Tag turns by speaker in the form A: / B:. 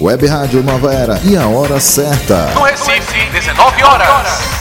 A: Web Rádio Nova Era e a hora certa.
B: No Recife, 19 horas.